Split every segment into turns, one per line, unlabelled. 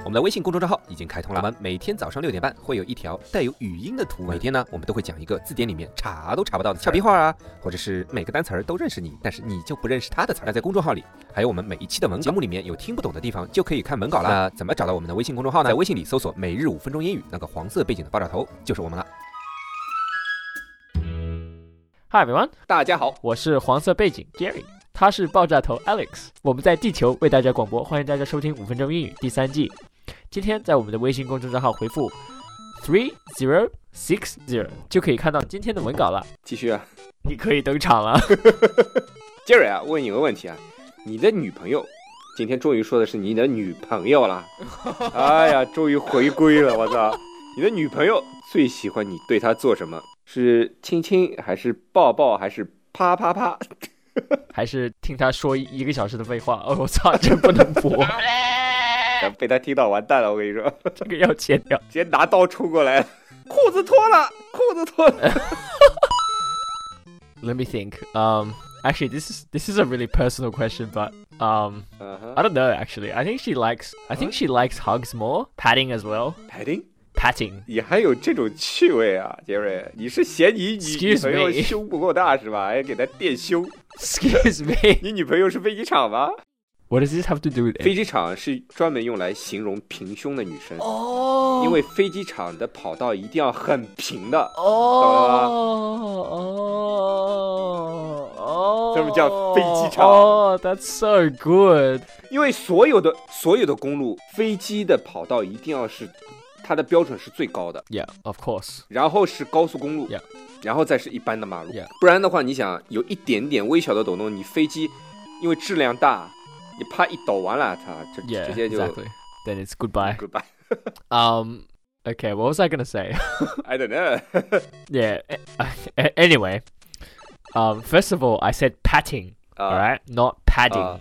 我们的微信公众账号已经开通了，我们每天早上六点半会有一条带有语音的图文。每天呢，我们都会讲一个字典里面查都查不到的俏皮话啊，或者是每个单词儿都认识你，但是你就不认识它的词儿。那在公众号里，还有我们每一期的文稿节目里面有听不懂的地方，就可以看文稿啦。那怎么找到我们的微信公众号呢？在微信里搜索“每日五分钟英语”，那个黄色背景的爆炸头就是我们了。
Hi everyone，
大家好，
我是黄色背景 Jerry，他是爆炸头 Alex。我们在地球为大家广播，欢迎大家收听五分钟英语第三季。今天在我们的微信公众账号回复 three zero six zero 就可以看到今天的文稿了，
继续啊
你可以登场了。
，Jerry 啊，问你个问题啊，你的女朋友今天终于说的是你的女朋友 了，哎呀，终于回归了，我操！你的女朋友最喜欢你对她做什么？是亲亲，还是抱抱，还是啪啪啪？
还是听他说一个小时的废话， 哦，我操，这不能播，
被她听到完蛋了，我跟你说，
这个要剪掉。
直接拿刀冲过来，裤子脱了，裤子脱了。
Let me think. Um, actually, this is this is a really personal question, but um,
Uh
I
huh.
don't know. Actually, I think she likes I think she likes hugs more, patting as well.
Padding，
patting.
你还有这种趣味啊，杰瑞？你是嫌你女女
Excuse
朋友
me
胸不够大是吧？还给她垫胸？
Excuse me.
你女朋友是飞机场吗？
What does this have to do with
飞
it?
机场是专门用来形容平胸的女生，
Oh.
因为飞机场的跑道一定要很平的，
哦哦哦，
这么叫飞机场。
Oh, that's so good.
因为所有的所有的公路飞机的跑道一定要是它的标准是最高的，
Yeah, of course.
然后是高速公路
Yeah
然后再是一般的马路
Yeah
不然的话，你想有一点点微小的抖动，你飞机因为质量大，你啪一抖完了，它就
Yeah,
直接就
exactly. Then it's goodbye.
goodbye。
Um. Okay, what was I gonna say?
I don't know
yeah. a- a- Anyway, um, first of all, I said patting.
啊
all right, not padding.
啊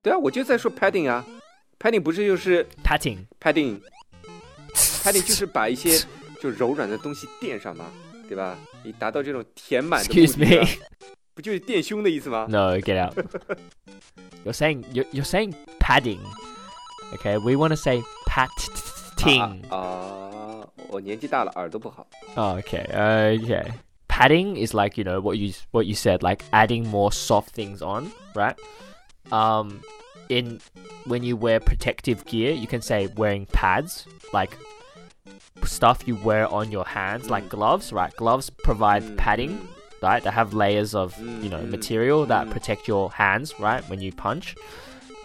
对啊，我就在说 padding 啊，padding 不是就是
patting.
padding。它得 就是把一些 就柔软的东西垫上嘛，对吧？你达到这种填满的目
Excuse
的
me.
啊，不就是垫胸的意思吗？
No, get out. you're saying you're, you're saying padding. Okay, we want to say patting.
啊啊！我年纪大了，耳朵不好。
Oh, okay, okay. Padding is like you know what you what you said, like adding more soft things on, right? Um, in when you wear protective gear, you can say wearing pads, like stuff you wear on your hands, like
Mm.
gloves, right? Gloves provide
嗯
padding. right? They have layers of you know
Mm,
material that
mm.
protect your hands, right? When you punch,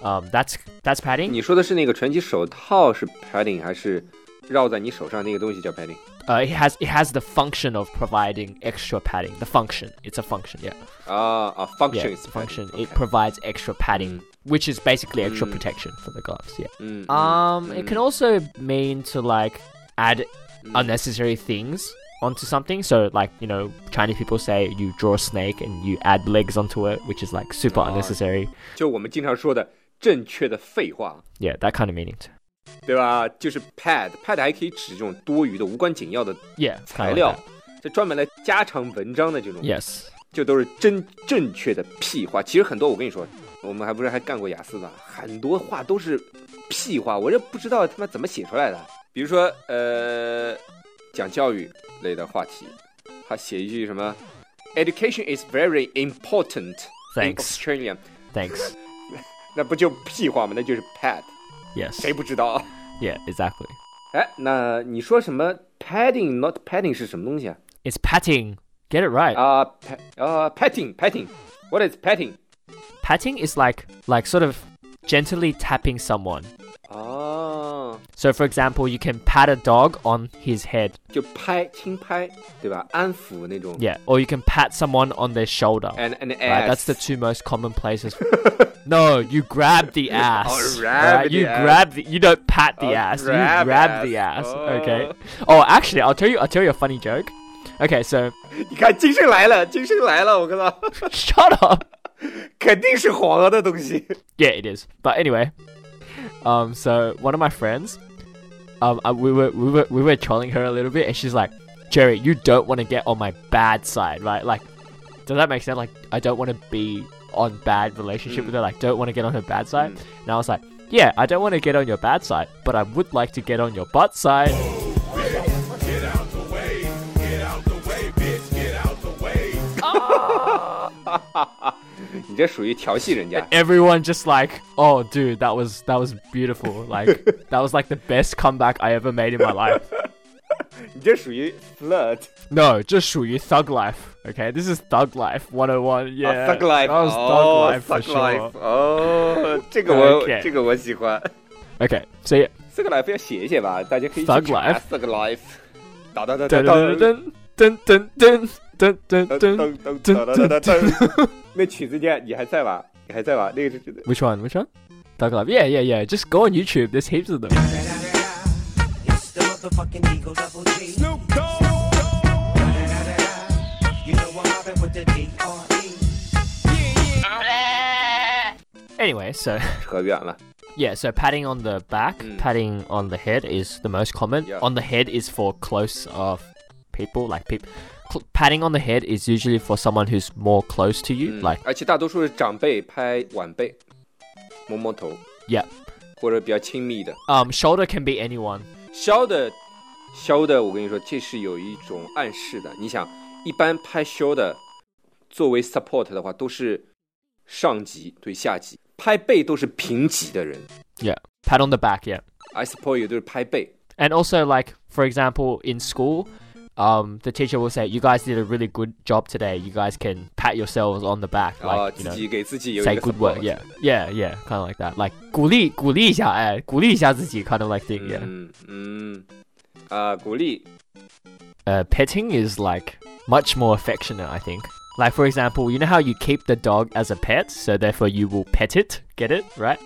um, that's
嗯
that's padding.
你说的是那个拳击手套是 padding 还是绕在你手上那个东西叫 padding？
Uh, it has it has the function of providing extra padding. The function, it's a function, yeah,
啊啊，function
yeah,
is
function.
padding，OK
It provides extra padding, which is basically extra
Mm.
protection for the gloves. Yeah.
嗯
Um,
嗯
it can also mean to like add
嗯
unnecessary things onto something. So like you know, Chinese people say you draw a snake and you add legs onto it, which is like super
Oh.
unnecessary.
就我们经常说的正确的废话，
Yeah, that kind of meaning.
对吧？就是 pad，pad 还可以指这种多余的、无关紧要的
Yeah,
材
kind of
料，这专门来加长文章的这种
Yes.
就都是真正确的屁话。其实很多，我跟你说，我们还不是还干过雅思呢，很多话都是屁话，我这不知道他妈怎么写出来的。比如说，呃，讲教育类的话题，他写一句什么，education is very important in
Thanks.
Australia，
Thanks.
那不就屁话吗？那就是 pad，
Yes.
谁不知道？
Yeah, exactly.
哎，那你说什么 padding not padding 是什么东西啊？
It's patting. Get it right.
啊、pat 啊、patting patting，what is patting？
patting is like like sort of gently tapping someone.
哦、
So for example, you can pat a dog on his head.
就拍轻拍，对吧？安抚那种。
Yeah, or you can pat someone on their shoulder.
And and ass.
Right, that's the two most common places. no, you grab the ass.
Oh, grab
right?
the
You
ass.
grab the. You don't pat the
Oh,
ass.
grab
you grab the
ass.
ass.
Oh.
Okay. Oh, actually, I'll tell you. I'll tell you a funny joke. Okay, so
你看精神来了，精神来了，我靠，
shut up.
肯定是黄鹅的东西。
Yeah, it is. But anyway, um, so one of my friends, um, I, we were we were we were trolling her a little bit, and she's like, "Jerry, you don't want to get on my bad side, right? Like, does that make sense? Like, I don't want to be on bad relationship with her. Like, don't want to get on her bad side." And I was like, "Yeah, I don't want to get on your bad side, but I would like to get on your butt side."。
你这属于调戏人家
Everyone just like, "Oh, dude, that was that was beautiful. Like, that was like the best comeback I ever made in my life."
你这属于 flirt。
No, just 属于 thug life. Okay, this is thug life 101. Yeah,
Oh, thug life，
that was thug
哦
life for
thug life，
sure.
哦，这个我
Okay
这个我喜欢。
Okay, so yeah,
thug life 要写一写吧，大家可以去
Thug
查
life
thug life，哒哒哒哒哒。
dun dun dun dun dun dun
噔
dun dun.
噔噔噔噔噔。那曲子你还你还在吧？你还在吧？那个是
Which one? Which one? Thug life. Yeah, yeah, yeah. Just go on YouTube. There's heaps of them.
It's the motherfucking Eagle Double G. Snoop Dogg. You know I'm mobbing with the D.R.E.
Anyway, so
扯远了。
yeah, so patting on the back,
Mm.
patting on the head is the most common.
Yeah.
On the head is for close of people, like people. Cl- patting on the head is usually for someone who's more close to you,
嗯
like
而且大多数是长辈拍晚辈，摸摸头
yeah.
或者比较亲密的。
Um, shoulder can be anyone.
削的，削的，我跟你说，这是有一种暗示的。你想，一般拍削的，作为 support 的话，都是上级对下级，拍背都是平级的人。
Yeah, pat on the back. Yeah.
I support you 都是拍背，
And also, like for example, in school, um, the teacher will say, "You guys did a really good job today. You guys can pat yourselves on the back,
啊、
like you
自
know,
己给自己有一
say
个
good
support
work." Yeah, yeah, yeah, kind of like that. Like eh, 鼓励鼓励一下，哎，鼓励一下自己 kind of like thing. Yeah.
嗯嗯，啊、鼓励
Uh, petting is like much more affectionate, I think. Like for example, you know how you keep the dog as a pet, so therefore you will pet it. Get it right?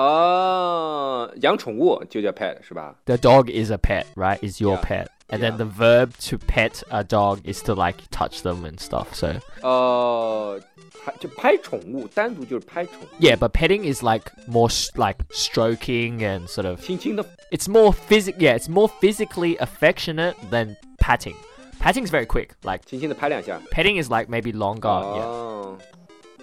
啊、养宠物就叫 pet 是吧？
The dog is a pet, right? Is your
Yeah.
pet. And
Yeah.
then the verb to pet a dog is to like touch them and stuff. So
呃，还就拍宠物，单独就是拍宠物，
Yeah, but petting is like more s like stroking and sort of
轻轻的
it's more physic yeah, it's more physically affectionate than patting. Patting's very quick. Like
轻轻的拍两下。
petting is like maybe longer.
哦，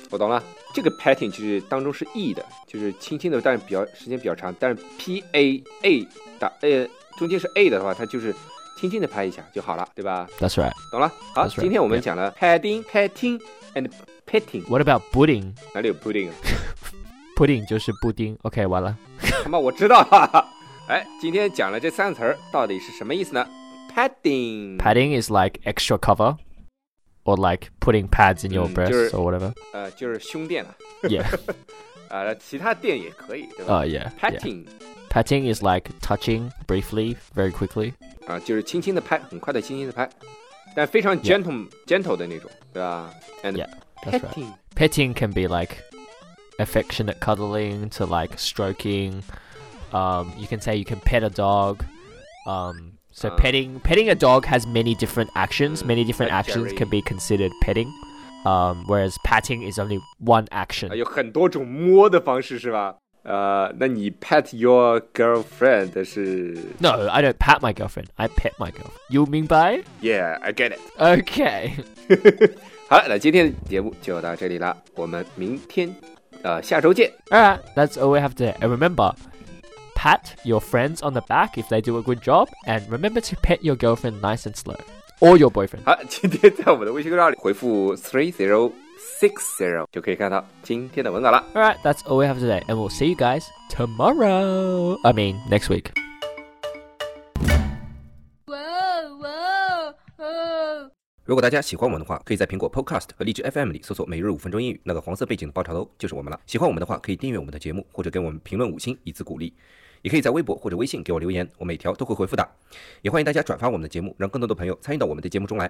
我懂了，这个 patting 就是当中是 e 的，就是轻轻的，但是比较时间比较长，但是 p a a 打呃中间是 a 的话，它就是轻轻的拍一下就好了，对吧
Yeah.？That's right.
懂了。好
That's right.
今天我们讲了 patting、patting and petting，
What about pudding?
哪里有 pudding？啊
Pudding 就是布丁。OK，完了。
他妈我知道 了。哎，今天讲了这三个词儿到底是什么意思呢？patting，
Padding is like extra cover, or like putting pads in your
嗯，
breasts
就是
or whatever.
呃，就是胸垫了
Yeah.
啊、呃其他垫也可以，对吧
Oh yeah. yeah.
？patting。
Patting is like touching briefly, very quickly.
啊，就是轻轻的拍，很快的轻轻的拍，但非常
Yeah.
gentle gentle 的那种，对吧？And
Yeah, that's right.
petting，
petting can be like affectionate cuddling to like stroking. Um, you can say you can pet a dog. Um, so
Uh.
petting petting a dog has many different actions.
Mm,
Many different
like
actions
Jerry.
can be considered petting. Um, whereas patting is only one
啊
action.
有很多种摸的方式是吧？呃，那你 pat your girlfriend 是
No, I don't pat my girlfriend. I pet my girlfriend. You mean by?
Yeah，I get it。
Okay.
好了，那今天的节目就到这里了，我们明天呃下周见。
All right, that's all we have today. And remember, pat your friends on the back if they do a good job, and remember to pet your girlfriend nice and slow, or your boyfriend.
好，今天在我们的微信公众号里回复 three zero six zero 就可以看到今天的文稿了。
All right, that's all we have today, and we'll see you guys tomorrow. I mean, next week.
Whoa, whoa, oh. whoa.
如果大家喜欢我们的话，可以在苹果 Podcast 和荔枝 FM 里搜索“每日五分钟英语”，那个黄色背景的爆炒头就是我们了。喜欢我们的话，可以订阅我们的节目，或者给我们评论五星以资鼓励。也可以在微博或者微信给我留言，我每条都会回复的。也欢迎大家转发我们的节目，让更多的朋友参与到我们的节目中来。